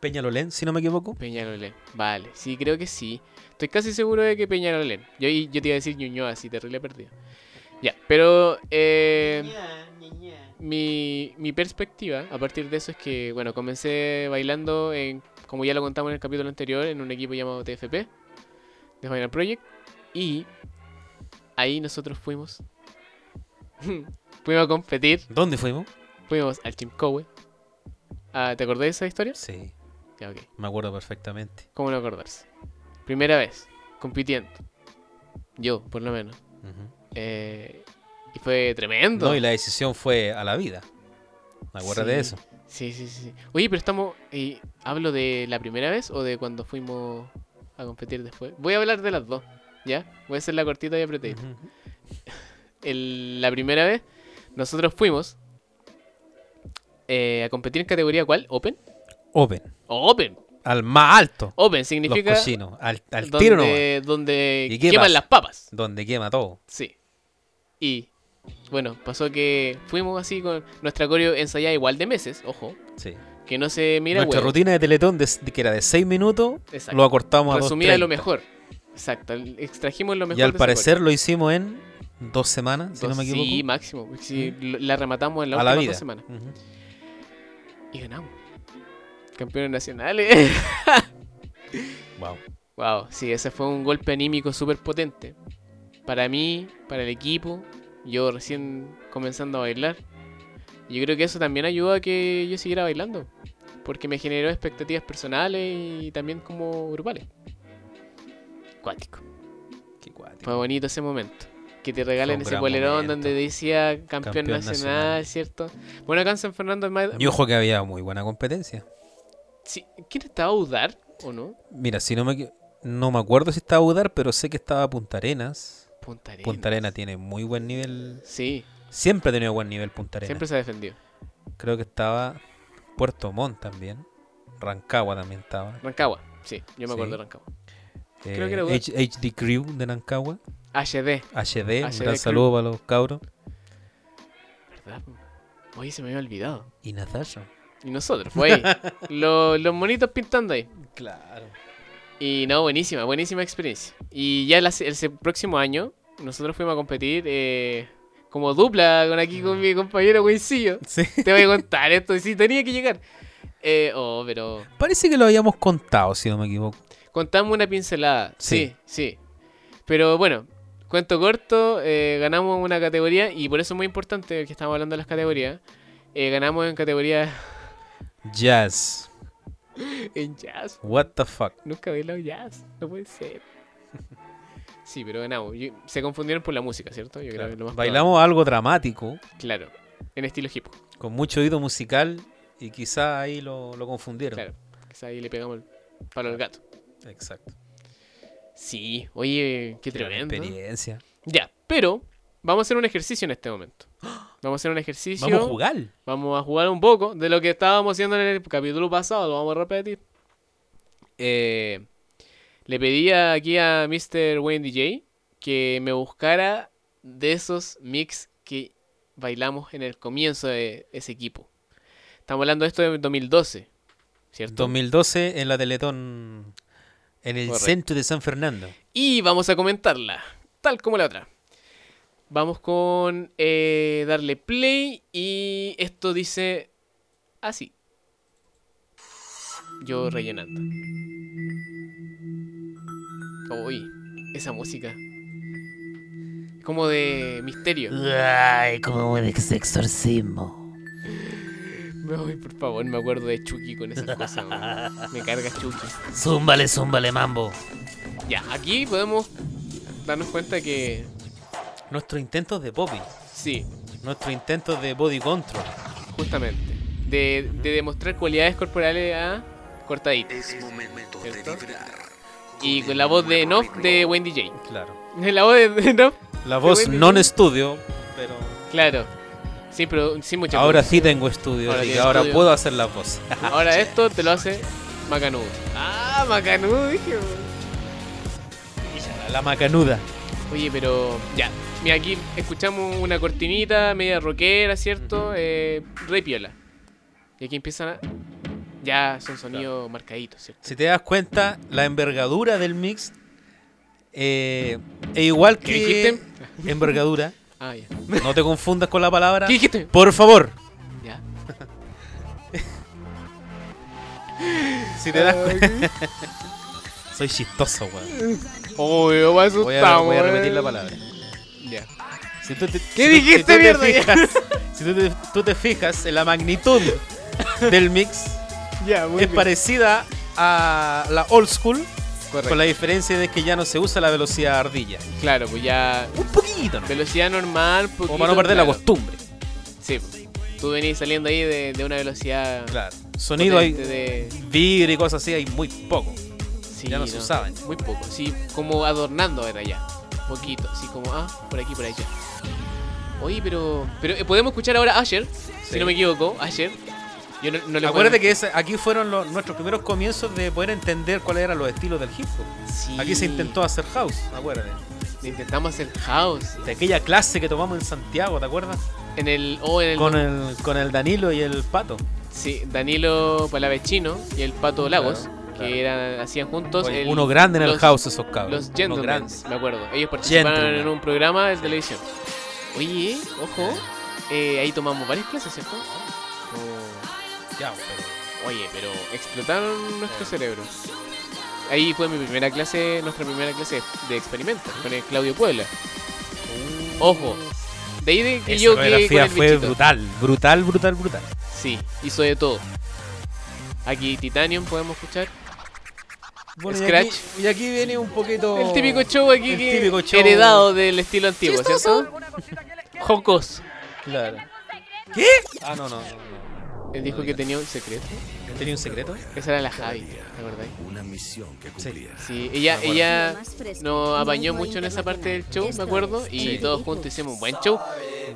Speaker 2: Peñalolén, si no me equivoco.
Speaker 1: Peñalolén. Vale, sí, creo que sí. Estoy casi seguro de que Peñalolén. Yo, y- yo te iba a decir Ñuñoa, así terrible perdido. Ya, pero eh, mi, mi perspectiva a partir de eso es que, bueno, comencé bailando, en, como ya lo contamos en el capítulo anterior, en un equipo llamado TFP, de Final Project, y ahí nosotros fuimos. fuimos a competir,
Speaker 2: ¿Dónde fuimos?
Speaker 1: fuimos al Chimcowe. Ah, ¿Te acordás de esa historia?
Speaker 2: Sí,
Speaker 1: Ya, ok.
Speaker 2: me acuerdo perfectamente.
Speaker 1: ¿Cómo no acordarse? Primera vez, compitiendo. Yo, por lo menos. Eh, y fue tremendo.
Speaker 2: No, y la decisión fue a la vida. Me acuerdo
Speaker 1: Sí.
Speaker 2: de eso.
Speaker 1: Sí, sí, sí. Oye, pero estamos... y ¿Hablo de la primera vez o de cuando fuimos a competir después? Voy a hablar de las dos, ¿ya? Voy a hacer la cortita y apreté.
Speaker 2: Ujú.
Speaker 1: El- la primera vez, nosotros fuimos eh, a competir en categoría ¿cuál? ¿Open?
Speaker 2: Open,
Speaker 1: Open.
Speaker 2: al más alto.
Speaker 1: Open
Speaker 2: Los
Speaker 1: significa
Speaker 2: cocinos, al, al tiro nomás.
Speaker 1: donde, donde
Speaker 2: ¿Y qué
Speaker 1: queman
Speaker 2: pasa?
Speaker 1: las papas.
Speaker 2: Donde quema todo.
Speaker 1: Sí. Y bueno, pasó que fuimos así con nuestra coreo ensayada igual de meses, ojo,
Speaker 2: Sí.
Speaker 1: que no se mira
Speaker 2: Nuestra
Speaker 1: huevo.
Speaker 2: rutina de Teletón, de- de- que era de 6 minutos,
Speaker 1: Exacto.
Speaker 2: lo acortamos a
Speaker 1: Resumida de lo
Speaker 2: 2.30.
Speaker 1: mejor. Exacto, el- extrajimos lo mejor.
Speaker 2: Y al
Speaker 1: de esa
Speaker 2: parecer lo hicimos en dos semanas,
Speaker 1: coreo.
Speaker 2: si no me
Speaker 1: Dos-
Speaker 2: equivoco. ¿Mm?
Speaker 1: Sí, máximo. Sí, lo- la rematamos en la
Speaker 2: a la
Speaker 1: última
Speaker 2: vida.
Speaker 1: dos semanas.
Speaker 2: Ujú.
Speaker 1: Y ganamos. Campeones nacionales.
Speaker 2: Wow.
Speaker 1: wow, sí, ese fue un golpe anímico súper potente. Para mí, para el equipo, yo recién comenzando a bailar. Yo creo que eso también ayudó a que yo siguiera bailando. Porque me generó expectativas personales y también como grupales. Cuático.
Speaker 2: Qué
Speaker 1: Fue
Speaker 2: cuático.
Speaker 1: bonito ese momento. Que te regalen
Speaker 2: un
Speaker 1: ese
Speaker 2: gran
Speaker 1: polerón
Speaker 2: momento.
Speaker 1: donde decía campeón,
Speaker 2: Campeón
Speaker 1: nacional,
Speaker 2: nacional.
Speaker 1: ¿cierto? Bueno, acá en San Fernando es más...
Speaker 2: Y ojo que había muy buena competencia.
Speaker 1: Sí, ¿Quién estaba Udar o no?
Speaker 2: Mira, si no me equi- no me acuerdo si estaba Udar, pero sé que estaba Punta Arenas.
Speaker 1: Punta Arenas.
Speaker 2: Punta Arenas tiene muy buen nivel.
Speaker 1: Sí,
Speaker 2: Siempre ha tenido buen nivel Punta Arenas.
Speaker 1: siempre se ha defendido.
Speaker 2: Creo que estaba Puerto Montt también. Rancagua también estaba. Eh,
Speaker 1: Rancagua, sí, yo me acuerdo
Speaker 2: Sí.
Speaker 1: de Rancagua.
Speaker 2: Creo
Speaker 1: que era Udar.
Speaker 2: HD Crew de Rancagua.
Speaker 1: HD,
Speaker 2: HD, un
Speaker 1: HD
Speaker 2: gran
Speaker 1: Crew.
Speaker 2: saludo para los cabros.
Speaker 1: ¿verdad? Oye, se me había olvidado.
Speaker 2: Y Natasha.
Speaker 1: Y nosotros, fue ahí. Lo- los monitos pintando ahí.
Speaker 2: Claro.
Speaker 1: Y no, buenísima, buenísima experiencia. Y ya la se- el, se- próximo año, nosotros fuimos a competir eh, como dupla con aquí con mi compañero Wincillo.
Speaker 2: Sí.
Speaker 1: Te voy a contar esto, y sí, tenía que llegar. Eh, oh, pero.
Speaker 2: Parece que lo habíamos contado, si no me equivoco.
Speaker 1: Contamos una pincelada. Sí,
Speaker 2: Sí.
Speaker 1: sí. Pero bueno, cuento corto, eh, ganamos una categoría y por eso es muy importante que estamos hablando de las categorías. Eh, ganamos en categoría
Speaker 2: Jazz.
Speaker 1: en jazz.
Speaker 2: What the fuck.
Speaker 1: Nunca había bailado jazz, no puede ser. Sí, pero ganamos. Yo- se confundieron por la música, ¿cierto? Yo creo que lo más
Speaker 2: Bailamos algo dramático,
Speaker 1: probable. Claro, en estilo hip hop.
Speaker 2: con mucho oído musical, y quizá ahí lo, lo confundieron.
Speaker 1: Claro. Quizá ahí le pegamos el palo al gato.
Speaker 2: Exacto.
Speaker 1: Sí, oye, qué
Speaker 2: Gran
Speaker 1: tremendo.
Speaker 2: Experiencia.
Speaker 1: Ya, pero vamos a hacer un ejercicio en este momento. Vamos a hacer un ejercicio.
Speaker 2: Vamos a jugar.
Speaker 1: Vamos a jugar un poco de lo que estábamos haciendo en el capítulo pasado, lo vamos a repetir. Eh, le pedí a- aquí a Mr. Wayne DJ que me buscara de esos mix que bailamos en el comienzo de ese equipo. Estamos hablando de esto de 2012. ¿cierto?
Speaker 2: 2012 en la Teletón, en el
Speaker 1: Correcto.
Speaker 2: centro de San Fernando.
Speaker 1: Y vamos a comentarla, tal como la otra. Vamos con eh, darle play y esto dice así. Yo rellenando. Uy, esa música. Como de misterio.
Speaker 4: Ay, como un ex exorcismo.
Speaker 1: Ay, por favor, me acuerdo de Chucky con esas cosas. weón. Me carga Chucky.
Speaker 4: Zúmbale, zúmbale, mambo.
Speaker 1: Ya, aquí podemos darnos cuenta que
Speaker 2: Nuestros intentos de popping,
Speaker 1: sí,
Speaker 2: nuestros intentos de body control.
Speaker 1: justamente. De, de demostrar cualidades corporales a cortaditas. ¿cierto? Y con la voz de Noff de Wendy J.
Speaker 2: Claro.
Speaker 1: La voz de, de Noff,
Speaker 2: La voz
Speaker 1: Wendy.
Speaker 2: non-estudio, pero
Speaker 1: claro. Sin, produ- sin mucha
Speaker 2: ahora
Speaker 1: producción.
Speaker 2: sí tengo estudio,
Speaker 1: Ahora
Speaker 2: así que
Speaker 1: tiene
Speaker 2: ahora
Speaker 1: estudio.
Speaker 2: puedo hacer la voz.
Speaker 1: Ahora esto te lo hace Macanudo. Ah, Macanudo, dije. weón.
Speaker 2: La macanuda.
Speaker 1: Oye, pero ya. Mira, aquí escuchamos una cortinita media rockera, ¿cierto? Eh, re piola. Y aquí empiezan a... Ya son sonidos marcaditos, ¿cierto?
Speaker 2: Si te das cuenta, la envergadura del mix eh, es igual
Speaker 1: ¿Qué
Speaker 2: que
Speaker 1: dijiste?
Speaker 2: envergadura.
Speaker 1: Ah, ya.
Speaker 2: No te confundas con la palabra.
Speaker 1: ¿Qué dijiste?
Speaker 2: Por favor,
Speaker 1: Ya.
Speaker 2: si te das cuenta. Soy chistoso, weón.
Speaker 1: Obvio, me asustamos.
Speaker 2: Voy a, voy a repetir la palabra.
Speaker 1: Ya.
Speaker 2: Si tú te- si tú-
Speaker 1: dijiste,
Speaker 2: tú te
Speaker 1: mierda?
Speaker 2: fijas- si tú te, tú te fijas en la magnitud del mix,
Speaker 1: Ya,
Speaker 2: es parecida a la old school,
Speaker 1: Correcto.
Speaker 2: con la diferencia de que ya no se usa la velocidad ardilla.
Speaker 1: Claro, pues ya...
Speaker 2: Un poquito, ¿no?
Speaker 1: Velocidad normal, poquito,
Speaker 2: Como para no perder la
Speaker 1: claro.
Speaker 2: costumbre.
Speaker 1: Sí. pues. Tú venís saliendo ahí de, de una velocidad...
Speaker 2: Claro. Sonido hay
Speaker 1: potente de...
Speaker 2: vidrio y cosas así, hay muy poco.
Speaker 1: Sí,
Speaker 2: Ya no se usaban.
Speaker 1: Muy poco, sí, como adornando era ya. Poquito, así como, ah, por aquí, por allá. Oye, pero. Pero eh, podemos escuchar ahora Asher, si
Speaker 2: Sí.
Speaker 1: no me equivoco, Asher. Yo no, no le
Speaker 2: Acuérdate
Speaker 1: puedo-
Speaker 2: que ese- aquí fueron los- nuestros primeros comienzos de poder entender cuáles eran los estilos del hip hop.
Speaker 1: Sí,
Speaker 2: Aquí se intentó hacer house, acuérdate.
Speaker 1: Intentamos hacer house.
Speaker 2: De aquella clase que tomamos en Santiago, ¿te acuerdas?
Speaker 1: En el. O en el.
Speaker 2: Con el, con el Danilo y el Pato.
Speaker 1: Sí, Danilo Palavecino y el Pato Lagos,
Speaker 2: Claro, claro.
Speaker 1: que eran, hacían juntos.
Speaker 2: Oye,
Speaker 1: el-
Speaker 2: uno grande en el
Speaker 1: los-
Speaker 2: house, esos cabros.
Speaker 1: Los
Speaker 2: Uno
Speaker 1: Gentlemen,
Speaker 2: grande.
Speaker 1: me acuerdo. Ellos participaron
Speaker 2: Gentlemen.
Speaker 1: en un programa de televisión. Oye, ojo, eh, ahí tomamos varias clases, ¿cierto?
Speaker 2: Ya, pero
Speaker 1: Oye, pero explotaron nuestro cerebro. Ahí fue mi primera clase, nuestra primera clase de experimentos con el Claudio Puebla. Ojo. De ahí de que
Speaker 2: Uh. esa
Speaker 1: yo quedé con
Speaker 2: coreografía
Speaker 1: el
Speaker 2: fue
Speaker 1: bichito.
Speaker 2: brutal, brutal, brutal, brutal.
Speaker 1: Sí, hizo de todo. Aquí Titanium podemos escuchar.
Speaker 2: Bueno,
Speaker 1: Scratch.
Speaker 2: Y aquí, y aquí viene un poquito.
Speaker 1: El típico show aquí
Speaker 2: el
Speaker 1: que
Speaker 2: típico show.
Speaker 1: heredado del estilo antiguo, ¿cierto? Jocos.
Speaker 2: Claro. ¿Qué? Ah, no, no. no, no.
Speaker 1: Él dijo que tenía un secreto.
Speaker 2: ¿Tenía un secreto?
Speaker 1: Esa era la Javi, ¿te acordáis?
Speaker 5: Una misión que cumplía.
Speaker 1: Sí, ella,
Speaker 2: acuerdo.
Speaker 1: ella
Speaker 6: no
Speaker 1: nos apañó mucho en esa parte del show, me acuerdo, y todos juntos hicimos un buen show.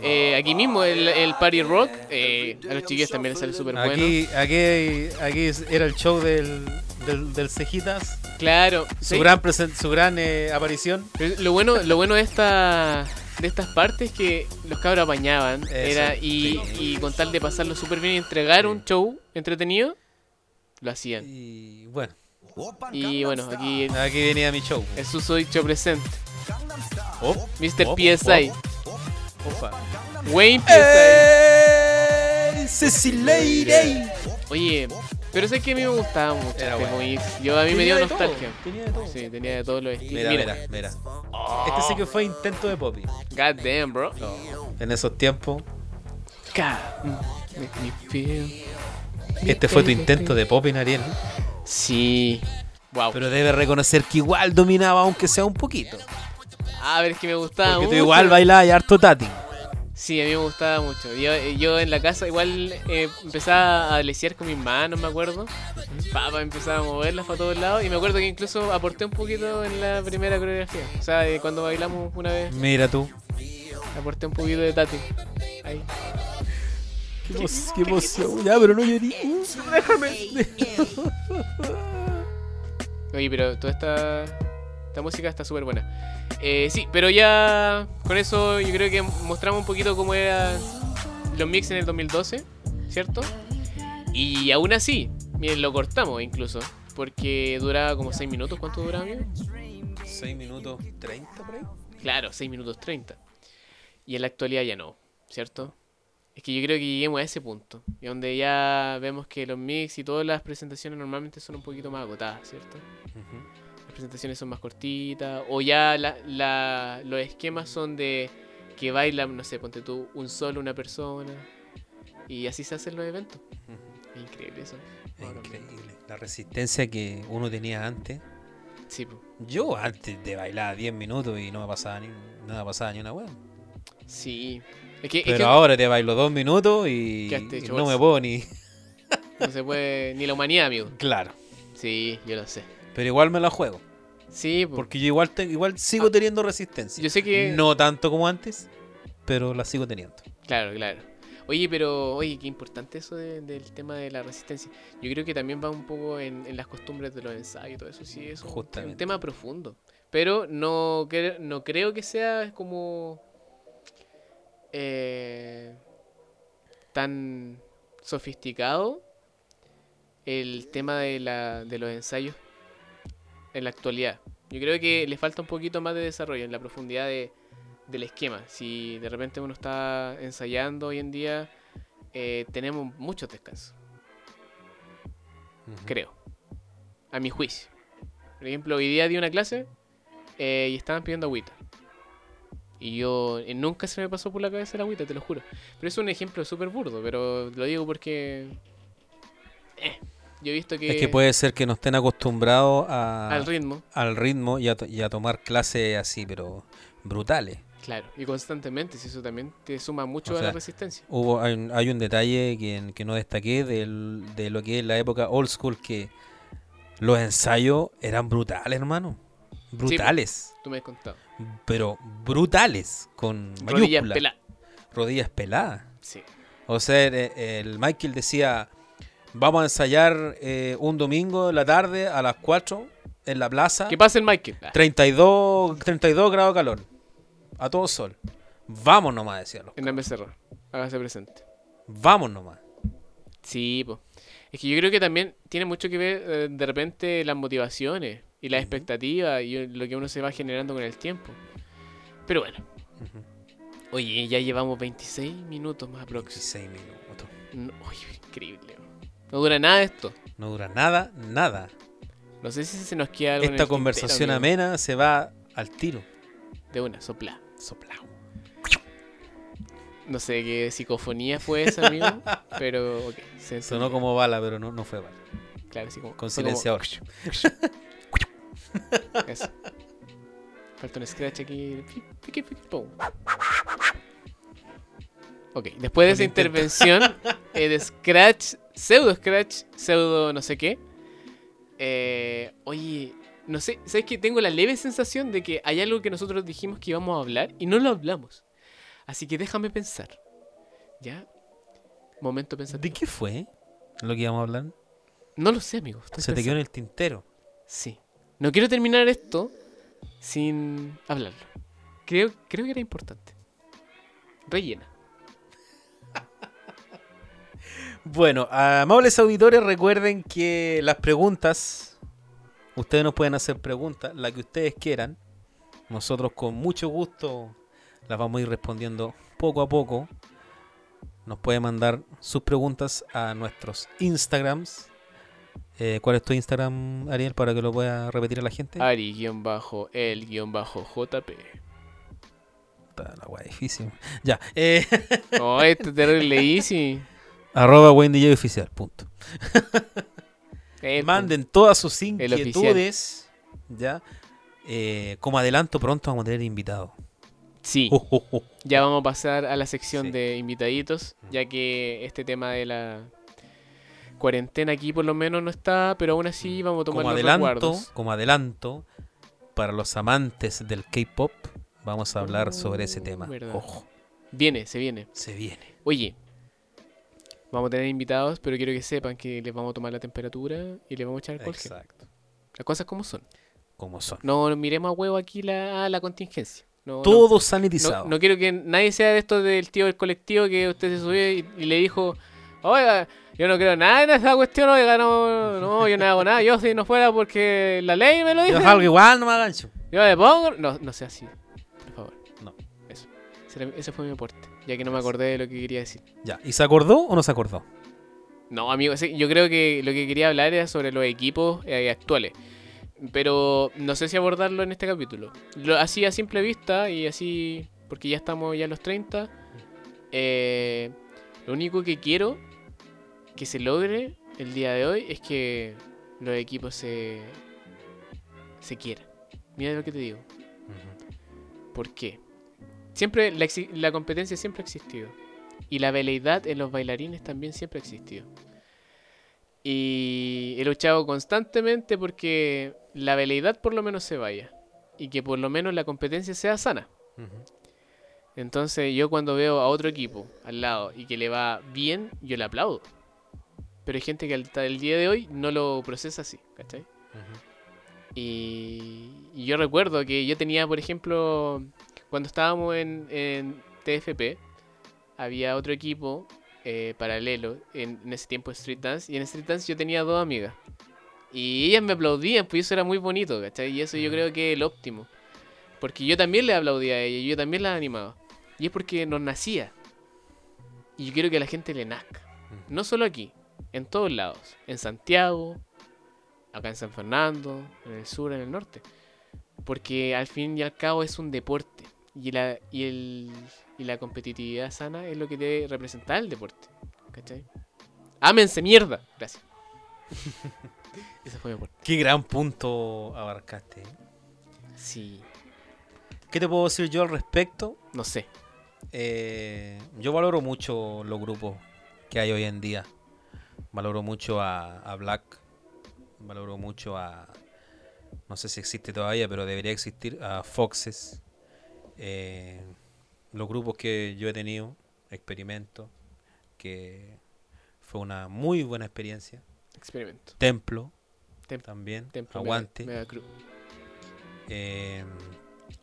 Speaker 1: Eh, aquí mismo, el, el Party Rock, eh, a los chiquillos también les sale súper bueno.
Speaker 2: Aquí, aquí, aquí era el show del, del, del Cejitas.
Speaker 1: Claro,
Speaker 2: Su
Speaker 1: sí.
Speaker 2: gran, presen- su gran eh, aparición.
Speaker 1: Pero lo bueno, lo bueno de, esta, de estas partes es que los cabros apañaban
Speaker 2: Eso,
Speaker 1: era, y, y con tal de pasarlo súper bien y entregar un show entretenido, lo hacían.
Speaker 2: Y bueno,
Speaker 1: Y bueno, aquí el,
Speaker 2: aquí venía mi show.
Speaker 1: el Susoicho presente,
Speaker 2: Op,
Speaker 1: Mr.
Speaker 2: op,
Speaker 1: PSI,
Speaker 2: op, opa.
Speaker 1: Wayne PSI.
Speaker 2: Cecileirey.
Speaker 1: Oye, pero sé que a mí me gustaba mucho
Speaker 2: Eh. Era
Speaker 1: este
Speaker 2: bueno.
Speaker 1: cómic. Yo a mí me dio
Speaker 2: Tenía de todo,
Speaker 1: nostalgia.
Speaker 2: tenía de todo.
Speaker 1: Sí, tenía de todos los estilos.
Speaker 2: Mira,
Speaker 1: Mira,
Speaker 2: mira, mira. Este sí que fue intento de Poppy.
Speaker 1: God damn, bro. God.
Speaker 2: En esos tiempos.
Speaker 1: mm, Make me feel.
Speaker 2: Este fue tu intento de Poppy, Ariel.
Speaker 1: Sí. Wow.
Speaker 2: Pero debes reconocer que igual dominaba, aunque sea un poquito.
Speaker 1: Ah, pero es que me gustaba
Speaker 2: Porque tú
Speaker 1: mucho.
Speaker 2: igual bailabas y harto tati.
Speaker 1: Sí, a mí me gustaba mucho. Yo, yo en la casa igual eh, empezaba a lesear con mis manos, me acuerdo. Papá empezaba a moverlas para todos lados. Y me acuerdo que incluso aporté un poquito en la primera coreografía. O sea, de cuando bailamos una vez,
Speaker 2: Mira tú.
Speaker 1: aporté un poquito de tati. Ahí.
Speaker 2: Qué emoción, qué emoción. Ya, pero no llorí. Uh.
Speaker 1: Oye, pero toda esta, esta música está súper buena. Eh, sí, pero ya con eso yo creo que mostramos un poquito cómo eran los mix en el 2012, ¿cierto? Y aún así, Miren, lo cortamos incluso. Porque duraba como 6 minutos. ¿Cuánto duraba, amigo?
Speaker 2: 6 minutos 30 por ahí.
Speaker 1: Claro, 6 minutos 30. Y en la actualidad ya no, ¿cierto? Es que yo creo que lleguemos a ese punto. Y donde ya vemos que los mix y todas las presentaciones normalmente son un poquito más agotadas, ¿cierto?
Speaker 2: Ujú.
Speaker 1: Las presentaciones son más cortitas. O ya la- la- los esquemas son de que bailan, no sé, ponte tú un solo, una persona. Y así se hacen los eventos. Es increíble eso. Ahora,
Speaker 2: Increíble. La resistencia que uno tenía antes.
Speaker 1: Sí, po.
Speaker 2: Yo antes de bailar 10 minutos y no me pasaba ni, nada pasaba ni una hueá.
Speaker 1: sí. Es que, es
Speaker 2: Pero
Speaker 1: que
Speaker 2: ahora te bailo 2 minutos y,
Speaker 1: ¿Qué has
Speaker 2: y
Speaker 1: hecho,
Speaker 2: no
Speaker 1: bolsa?
Speaker 2: me puedo ni...
Speaker 1: no se puede. Ni la humanidad, amigo.
Speaker 2: Claro.
Speaker 1: Sí, yo lo sé.
Speaker 2: Pero igual me la juego.
Speaker 1: Sí, po.
Speaker 2: Porque yo igual, te- igual sigo teniendo resistencia.
Speaker 1: Ah, yo sé que.
Speaker 2: No tanto como antes, pero la sigo teniendo.
Speaker 1: Claro, claro. Oye, pero, oye, qué importante eso de- del tema de la resistencia. Yo creo que también va un poco en, en las costumbres de los ensayos y todo eso. Sí, eso es un-
Speaker 2: Justamente.
Speaker 1: un tema profundo. Pero no, cre- no creo que sea como. eh, tan sofisticado el tema de, la, de los ensayos en la actualidad. Yo creo que le falta un poquito más de desarrollo en la profundidad de, del esquema. Si de repente uno está ensayando hoy en día, eh, tenemos muchos descansos,
Speaker 2: Ujú.
Speaker 1: creo. A mi juicio. Por ejemplo, hoy día di una clase eh, y estaban pidiendo agüita. Y yo eh, nunca se me pasó por la cabeza la agüita, te lo juro. Pero es un ejemplo súper burdo, pero lo digo porque... eh, yo he visto que...
Speaker 2: Es que puede ser que no estén acostumbrados a-
Speaker 1: Al ritmo,
Speaker 2: al ritmo y a, to- y a tomar clases así, pero brutales.
Speaker 1: claro. Y constantemente, si eso también te suma mucho
Speaker 2: O
Speaker 1: a la
Speaker 2: sea,
Speaker 1: resistencia.
Speaker 2: Hubo, hay, un- hay un detalle que, que no destaqué del- de lo que es la época old school, que los ensayos eran brutales, hermano. Brutales.
Speaker 1: Tú me has contado.
Speaker 2: Pero brutales. Con
Speaker 1: Rodillas
Speaker 2: mayúsculas.
Speaker 1: peladas.
Speaker 2: Rodillas peladas.
Speaker 1: Sí.
Speaker 2: O sea, e- el Michael decía, vamos a ensayar eh, un domingo en la tarde a las 4 en la plaza.
Speaker 1: ¿Qué pasa el Michael? Ah,
Speaker 2: 32, 32 grados de calor. A todo sol. Vamos nomás, decía los
Speaker 1: Hernán Becerra, Ah, hágase presente.
Speaker 2: cabros. Vamos nomás.
Speaker 1: Sí, po. Es que yo creo que también tiene mucho que ver eh, de repente las motivaciones y las expectativas y lo que uno se va generando con el tiempo. Pero bueno. Oye, ya llevamos 26 minutos más aproximadamente.
Speaker 2: 16 minutos.
Speaker 1: oye, increíble. weón. No dura nada esto.
Speaker 2: No dura nada, nada.
Speaker 1: No sé si se nos queda algo en
Speaker 2: Esta
Speaker 1: el
Speaker 2: conversación
Speaker 1: tintero, amigo.
Speaker 2: amena se va al tiro.
Speaker 1: De una, sopla.
Speaker 2: Soplado.
Speaker 1: No sé qué psicofonía fue esa, amigo. pero, ok. se
Speaker 2: Sonó
Speaker 1: entendió.
Speaker 2: como bala, pero no, no fue bala.
Speaker 1: Claro, sí, como.
Speaker 2: Con
Speaker 1: fue como-
Speaker 2: silenciador.
Speaker 1: Eso. Falta un scratch aquí. Pi, pi, pi, pi, pum. Ok, después de esa
Speaker 2: intento.
Speaker 1: intervención eh, de scratch, pseudo scratch, pseudo no sé qué. eh, oye, no sé, ¿sabes que Tengo la leve sensación de que hay algo que nosotros dijimos que íbamos a hablar y no lo hablamos. Así que déjame pensar. ¿Ya? Momento pensativo.
Speaker 2: ¿De qué fue lo que íbamos a hablar?
Speaker 1: No lo sé, amigo. estoy
Speaker 2: Se te
Speaker 1: pensando.
Speaker 2: quedó en el tintero.
Speaker 1: Sí. No quiero terminar esto sin hablarlo. Creo, creo que era importante. Rellena.
Speaker 2: Bueno, amables auditores, recuerden que las preguntas, ustedes nos pueden hacer preguntas, las que ustedes quieran. Nosotros con mucho gusto las vamos a ir respondiendo poco a poco. Nos pueden mandar sus preguntas a nuestros Instagrams. Eh, ¿Cuál es tu Instagram, Ariel, para que lo pueda repetir a la gente?
Speaker 1: Ah. Ari-el-jp.
Speaker 2: Puta, la wea difícil. Ya. eh,
Speaker 1: No, este es terrible easy.
Speaker 2: arroba WayneDJ oficial, punto.
Speaker 1: Eh,
Speaker 2: manden todas sus
Speaker 1: oficial.
Speaker 2: inquietudes. Ya. Eh, como adelanto, pronto vamos a tener invitados.
Speaker 1: Sí,
Speaker 2: Oh, oh, oh.
Speaker 1: ya vamos a pasar a la sección
Speaker 2: Sí.
Speaker 1: de invitaditos, ya que este tema de la cuarentena aquí por lo menos no está, pero aún así vamos a tomar
Speaker 2: Mm. Como
Speaker 1: los
Speaker 2: adelanto,
Speaker 1: resguardos.
Speaker 2: como adelanto, para los amantes del K-pop, vamos a hablar sobre ese tema.
Speaker 1: Uh, verdad.
Speaker 2: Ojo,
Speaker 1: Viene, se viene.
Speaker 2: se viene.
Speaker 1: Oye, vamos a tener invitados, pero quiero que sepan que les vamos a tomar la temperatura y les vamos a echar alcohol. gel.
Speaker 2: Exacto.
Speaker 1: Las cosas como son.
Speaker 2: Como son.
Speaker 1: No miremos a huevo aquí la, a la contingencia. No, no-
Speaker 2: Todo
Speaker 1: no,
Speaker 2: sanitizado.
Speaker 1: no quiero que nadie sea de estos del tío del colectivo que usted se subió y, y le dijo, Oiga, yo no creo nada en esa cuestión, oiga, no, no, yo no hago nada. Yo si no fuera porque la ley me lo dice.
Speaker 2: Yo salgo igual, no me agancho.
Speaker 1: Yo le pongo. No, no sea así. Por favor.
Speaker 2: No.
Speaker 1: Eso. Ese, era- ese fue mi aporte. Ya que no me acordé de lo que quería decir.
Speaker 2: Ya, ¿y se acordó o no se acordó?
Speaker 1: No, amigo, sí, yo creo que lo que quería hablar era sobre los equipos eh, actuales. Pero no sé si abordarlo en este capítulo. Lo- así a simple vista y así. Porque ya estamos ya en los 30. eh, lo único que quiero que se logre el día de hoy es que los equipos se. se quieran. Mira lo que te digo. ¿Por qué? Siempre la, exi- la competencia siempre ha existido. Y la veleidad en los bailarines también siempre ha existido. Y he luchado constantemente porque la veleidad por lo menos se vaya. Y que por lo menos la competencia sea sana.
Speaker 2: Ujú.
Speaker 1: Entonces yo cuando veo a otro equipo al lado y que le va bien, yo le aplaudo. Pero hay gente que hasta el día de hoy no lo procesa así, ¿cachai? Y, y yo recuerdo que yo tenía, por ejemplo, cuando estábamos en, en TFP, había otro equipo eh, paralelo en, en ese tiempo Street Dance. Y en Street Dance yo tenía dos amigas. Y ellas me aplaudían, pues eso era muy bonito, ¿cachai? Y eso yo creo que es el óptimo. Porque yo también le aplaudía a ella, yo también las animaba. Y es porque nos nacía. Y yo quiero que a la gente le nazca. No solo aquí, en todos lados. En Santiago, acá en San Fernando, en el sur, en el norte. Porque al fin y al cabo es un deporte. Y la, y el, y la competitividad sana es lo que debe representar el deporte. ¿Cachai? ¡Ámense, mierda! Gracias. Ese fue mi aporte.
Speaker 2: Qué gran punto abarcaste. ¿eh?
Speaker 1: Sí,
Speaker 2: ¿Qué te puedo decir yo al respecto?
Speaker 1: no sé.
Speaker 2: Eh, yo valoro mucho los grupos que hay hoy en día. Valoro mucho a, a Black. Valoro mucho a. No sé si existe todavía, pero debería existir. A Foxes. Eh, los grupos que yo he tenido, experimento, que fue una muy buena experiencia.
Speaker 1: Experimento.
Speaker 2: Templo
Speaker 1: Tem-
Speaker 2: también.
Speaker 1: Templo
Speaker 2: Aguante.
Speaker 1: Mega- Mega Cruz.
Speaker 2: Eh,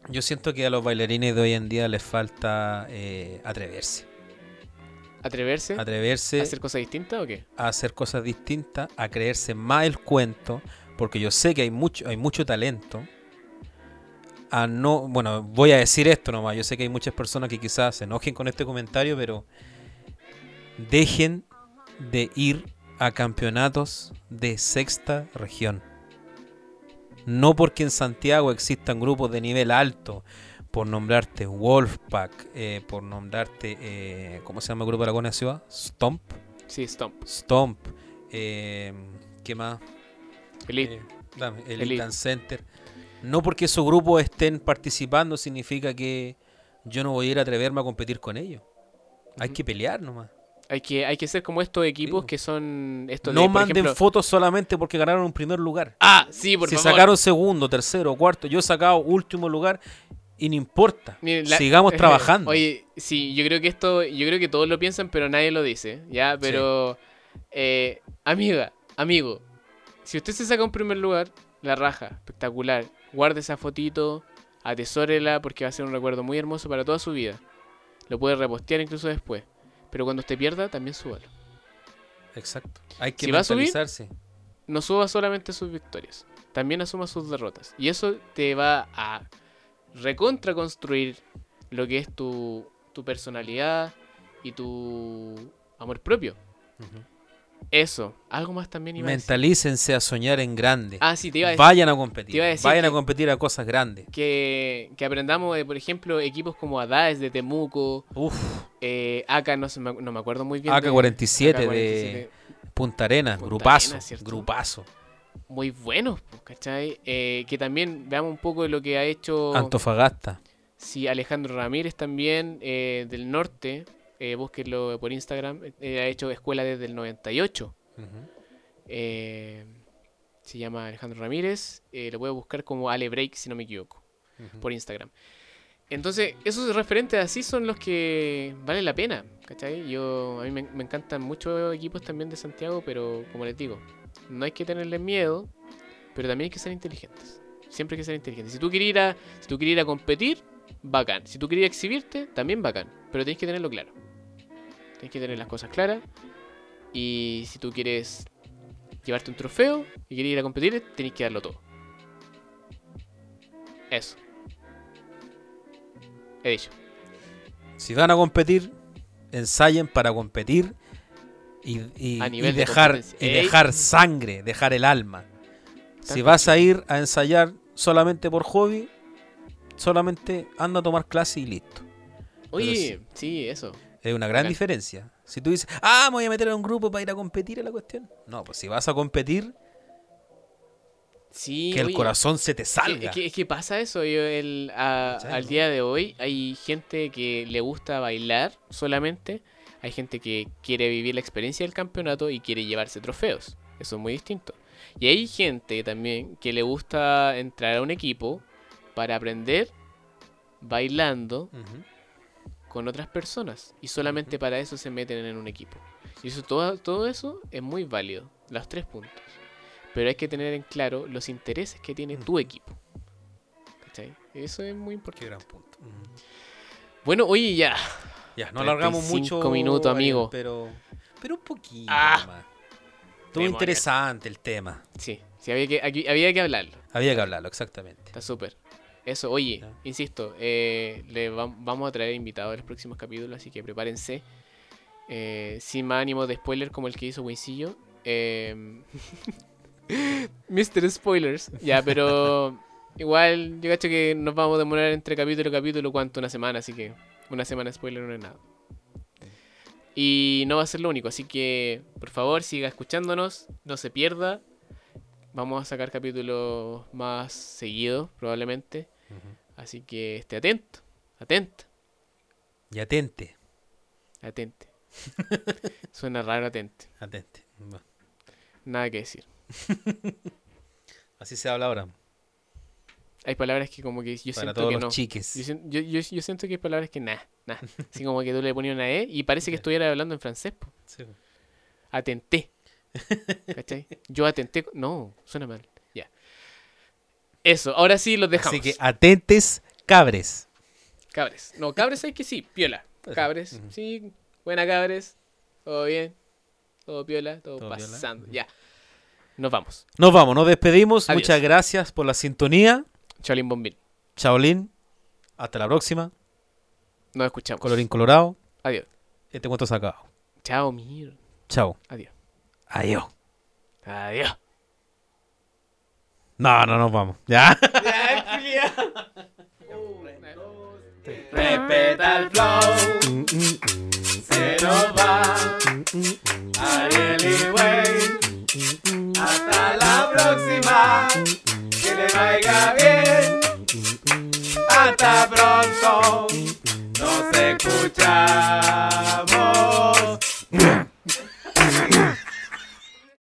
Speaker 2: yo siento que a los bailarines de hoy en día les falta eh, atreverse.
Speaker 1: ¿Atreverse?
Speaker 2: Atreverse
Speaker 1: ¿A hacer cosas distintas o qué?
Speaker 2: a hacer cosas distintas, a creerse más el cuento, porque yo sé que hay mucho, hay mucho talento. A no, bueno, voy a decir esto nomás, yo sé que hay muchas personas que quizás se enojen con este comentario, pero dejen de ir a campeonatos de sexta región. No porque en Santiago existan grupos de nivel alto, por nombrarte Wolfpack, eh, por nombrarte, eh, ¿cómo se llama el grupo de la buena ciudad? Stomp.
Speaker 1: Sí, Stomp.
Speaker 2: Stomp, eh, ¿qué más?
Speaker 1: Elite.
Speaker 2: Eh, dame, el
Speaker 1: Elite.
Speaker 2: Dance Center. No porque esos grupos estén participando significa que yo no voy a ir a atreverme a competir con ellos. Hay
Speaker 1: Ujú.
Speaker 2: que pelear nomás.
Speaker 1: Hay, que, hay que ser como estos equipos
Speaker 2: po.
Speaker 1: que son... Estos de,
Speaker 2: No
Speaker 1: por
Speaker 2: manden
Speaker 1: ejemplo-
Speaker 2: fotos solamente porque ganaron un primer lugar.
Speaker 1: Ah, sí, por
Speaker 2: si
Speaker 1: favor.
Speaker 2: sacaron segundo, tercero, cuarto, yo he sacado último lugar y no importa.
Speaker 1: Miren, la-
Speaker 2: Sigamos trabajando.
Speaker 1: Oye, sí, yo creo que esto, yo creo que todos lo piensan, pero nadie lo dice, ¿ya? Pero, eh, amiga, amigo, si usted se saca un primer lugar, la raja, espectacular. Guarde esa fotito, atesórela, porque va a ser un recuerdo muy hermoso para toda su vida. Lo puede repostear incluso después. Pero cuando usted pierda, también súbalo.
Speaker 2: Exacto. Hay que
Speaker 1: Si va a subir,
Speaker 2: mentalizarse.
Speaker 1: no suba solamente sus victorias, también asuma sus derrotas. Y eso te va a recontra construir lo que es tu, tu personalidad y tu amor propio.
Speaker 2: Ujú.
Speaker 1: Eso, algo más también iba a decir.
Speaker 2: Mentalícense a soñar en grande.
Speaker 1: Ah, sí, te iba a decir
Speaker 2: Vayan a competir.
Speaker 1: te iba a decir
Speaker 2: Vayan a
Speaker 1: que-
Speaker 2: competir a cosas grandes.
Speaker 1: que, que aprendamos de, por ejemplo, equipos como Adaes de Temuco,
Speaker 2: Uf.
Speaker 1: eh, Aka, no, se me, no me acuerdo muy bien. de-
Speaker 2: AK-47
Speaker 1: AK-47
Speaker 2: de Punta Arenas,
Speaker 1: Punta
Speaker 2: grupazo,
Speaker 1: Arenas, ¿cierto?
Speaker 2: grupazo.
Speaker 1: Muy buenos, pues, ¿cachai? Eh, que también veamos un poco de lo que ha hecho...
Speaker 2: Antofagasta.
Speaker 1: Sí, Alejandro Ramírez también, eh, del norte, eh, búsquenlo por Instagram, eh, ha hecho escuela desde el 98. eh, se llama Alejandro Ramírez, eh, lo voy a buscar como Ale Break, si no me equivoco, por Instagram. Entonces, esos referentes así son los que valen la pena, ¿cachai? Yo, a mí me, me encantan muchos equipos también de Santiago, pero como les digo, no hay que tenerle miedo, pero también hay que ser inteligentes. Siempre hay que ser inteligentes. Si tú quieres ir a, si tú quieres ir a competir, bacán. Si tú quieres exhibirte, también bacán. Pero tienes que tenerlo claro. Tienes que tener las cosas claras Y si tú quieres llevarte un trofeo y quieres ir a competir, tenés que darlo todo. Eso. He dicho.
Speaker 2: Si van a competir, ensayen para competir y, y-
Speaker 1: A
Speaker 2: y
Speaker 1: nivel de
Speaker 2: dejar,
Speaker 1: competencia.
Speaker 2: y
Speaker 1: Ey.
Speaker 2: dejar sangre, dejar el alma. Si vas a ir a ensayar solamente por hobby, solamente anda a tomar clase y listo.
Speaker 1: Oye, sí, eso.
Speaker 2: Es una gran
Speaker 1: Bacán.
Speaker 2: diferencia. Si tú dices, ah, me voy a meter a un grupo para ir a competir a la cuestión. No, pues si vas a competir,
Speaker 1: Sí,
Speaker 2: que el
Speaker 1: oye,
Speaker 2: corazón se te
Speaker 1: sí,
Speaker 2: salga.
Speaker 1: Es que, es que pasa eso. yo el- a-
Speaker 2: ¿Cachai,
Speaker 1: al
Speaker 2: no?
Speaker 1: día de hoy hay gente que le gusta bailar solamente. Hay gente que quiere vivir la experiencia del campeonato y quiere llevarse trofeos. Eso es muy distinto. Y hay gente también que le gusta entrar a un equipo para aprender bailando
Speaker 2: Ujú.
Speaker 1: con otras personas. Y solamente para eso se meten en un equipo. Y eso, todo, todo eso es muy válido. Los tres puntos. Pero hay que tener en claro los intereses que tiene tu equipo. ¿Cachai? Eso es muy
Speaker 2: Qué
Speaker 1: importante.
Speaker 2: gran punto. Ujú.
Speaker 1: Bueno, oye, ya.
Speaker 2: Ya, no alargamos
Speaker 1: 35
Speaker 2: mucho.
Speaker 1: minutos,
Speaker 2: Ariel,
Speaker 1: amigo.
Speaker 2: Pero, pero un poquito
Speaker 1: Ah.
Speaker 2: más. Estuvo
Speaker 1: Demonios.
Speaker 2: interesante el tema.
Speaker 1: Sí, sí, había que, aquí- había que hablarlo.
Speaker 2: Había que hablarlo, exactamente.
Speaker 1: Está súper. Eso, oye,
Speaker 2: Ya.
Speaker 1: insisto, eh, le va- vamos a traer invitados en los próximos capítulos, así que prepárense. Eh, sin más ánimo de spoiler como el que hizo Wincillo. Eh, Mr. Spoilers. Ya, pero igual, yo cacho que nos vamos a demorar entre capítulo y capítulo, ¿cuánto? Una semana, así que una semana de spoiler no es nada. Y no va a ser lo único, así que por favor siga escuchándonos, no se pierda. Vamos a sacar capítulos más seguidos, probablemente. Así que esté atento, atento,
Speaker 2: Y atente,
Speaker 1: atente. Suena raro atente,
Speaker 2: atente. Bueno,
Speaker 1: nada que decir.
Speaker 2: Así se habla ahora.
Speaker 1: Hay palabras que como que yo
Speaker 2: para
Speaker 1: siento
Speaker 2: todos
Speaker 1: que
Speaker 2: los
Speaker 1: no.
Speaker 2: chiques.
Speaker 1: Yo, sien- yo- yo- yo siento que hay palabras que nada, nada. Así como que tú le ponías una E y parece que
Speaker 2: Ya.
Speaker 1: estuviera hablando en francés. po.
Speaker 2: Sí.
Speaker 1: Atenté. ¿Cachai? Yo atenté. No, suena mal. Ya. Eso, ahora sí los dejamos.
Speaker 2: Así que atentes, cabres.
Speaker 1: Cabres. No, cabres hay que sí, piola.
Speaker 2: Pues,
Speaker 1: Cabres,
Speaker 2: ujú.
Speaker 1: sí. Buena cabres. Todo bien. Todo piola, todo,
Speaker 2: Todo piola,
Speaker 1: pasando. Ya. Nos vamos.
Speaker 2: Nos vamos, nos despedimos.
Speaker 1: Adiós.
Speaker 2: Muchas gracias por la sintonía.
Speaker 1: Cholín Bombín.
Speaker 2: Chaolín, hasta la próxima.
Speaker 1: Nos escuchamos.
Speaker 2: Colorín Colorado,
Speaker 1: Adiós.
Speaker 2: este cuento se acabó.
Speaker 1: Chao, Mir.
Speaker 2: Chao.
Speaker 1: Adiós.
Speaker 2: Adiós.
Speaker 1: Adiós.
Speaker 2: No, no nos vamos. Ya.
Speaker 5: Respeta el flow, se nos va. Ariel y Wey, hasta la próxima. Que le vaya bien. Hasta pronto, nos escucha.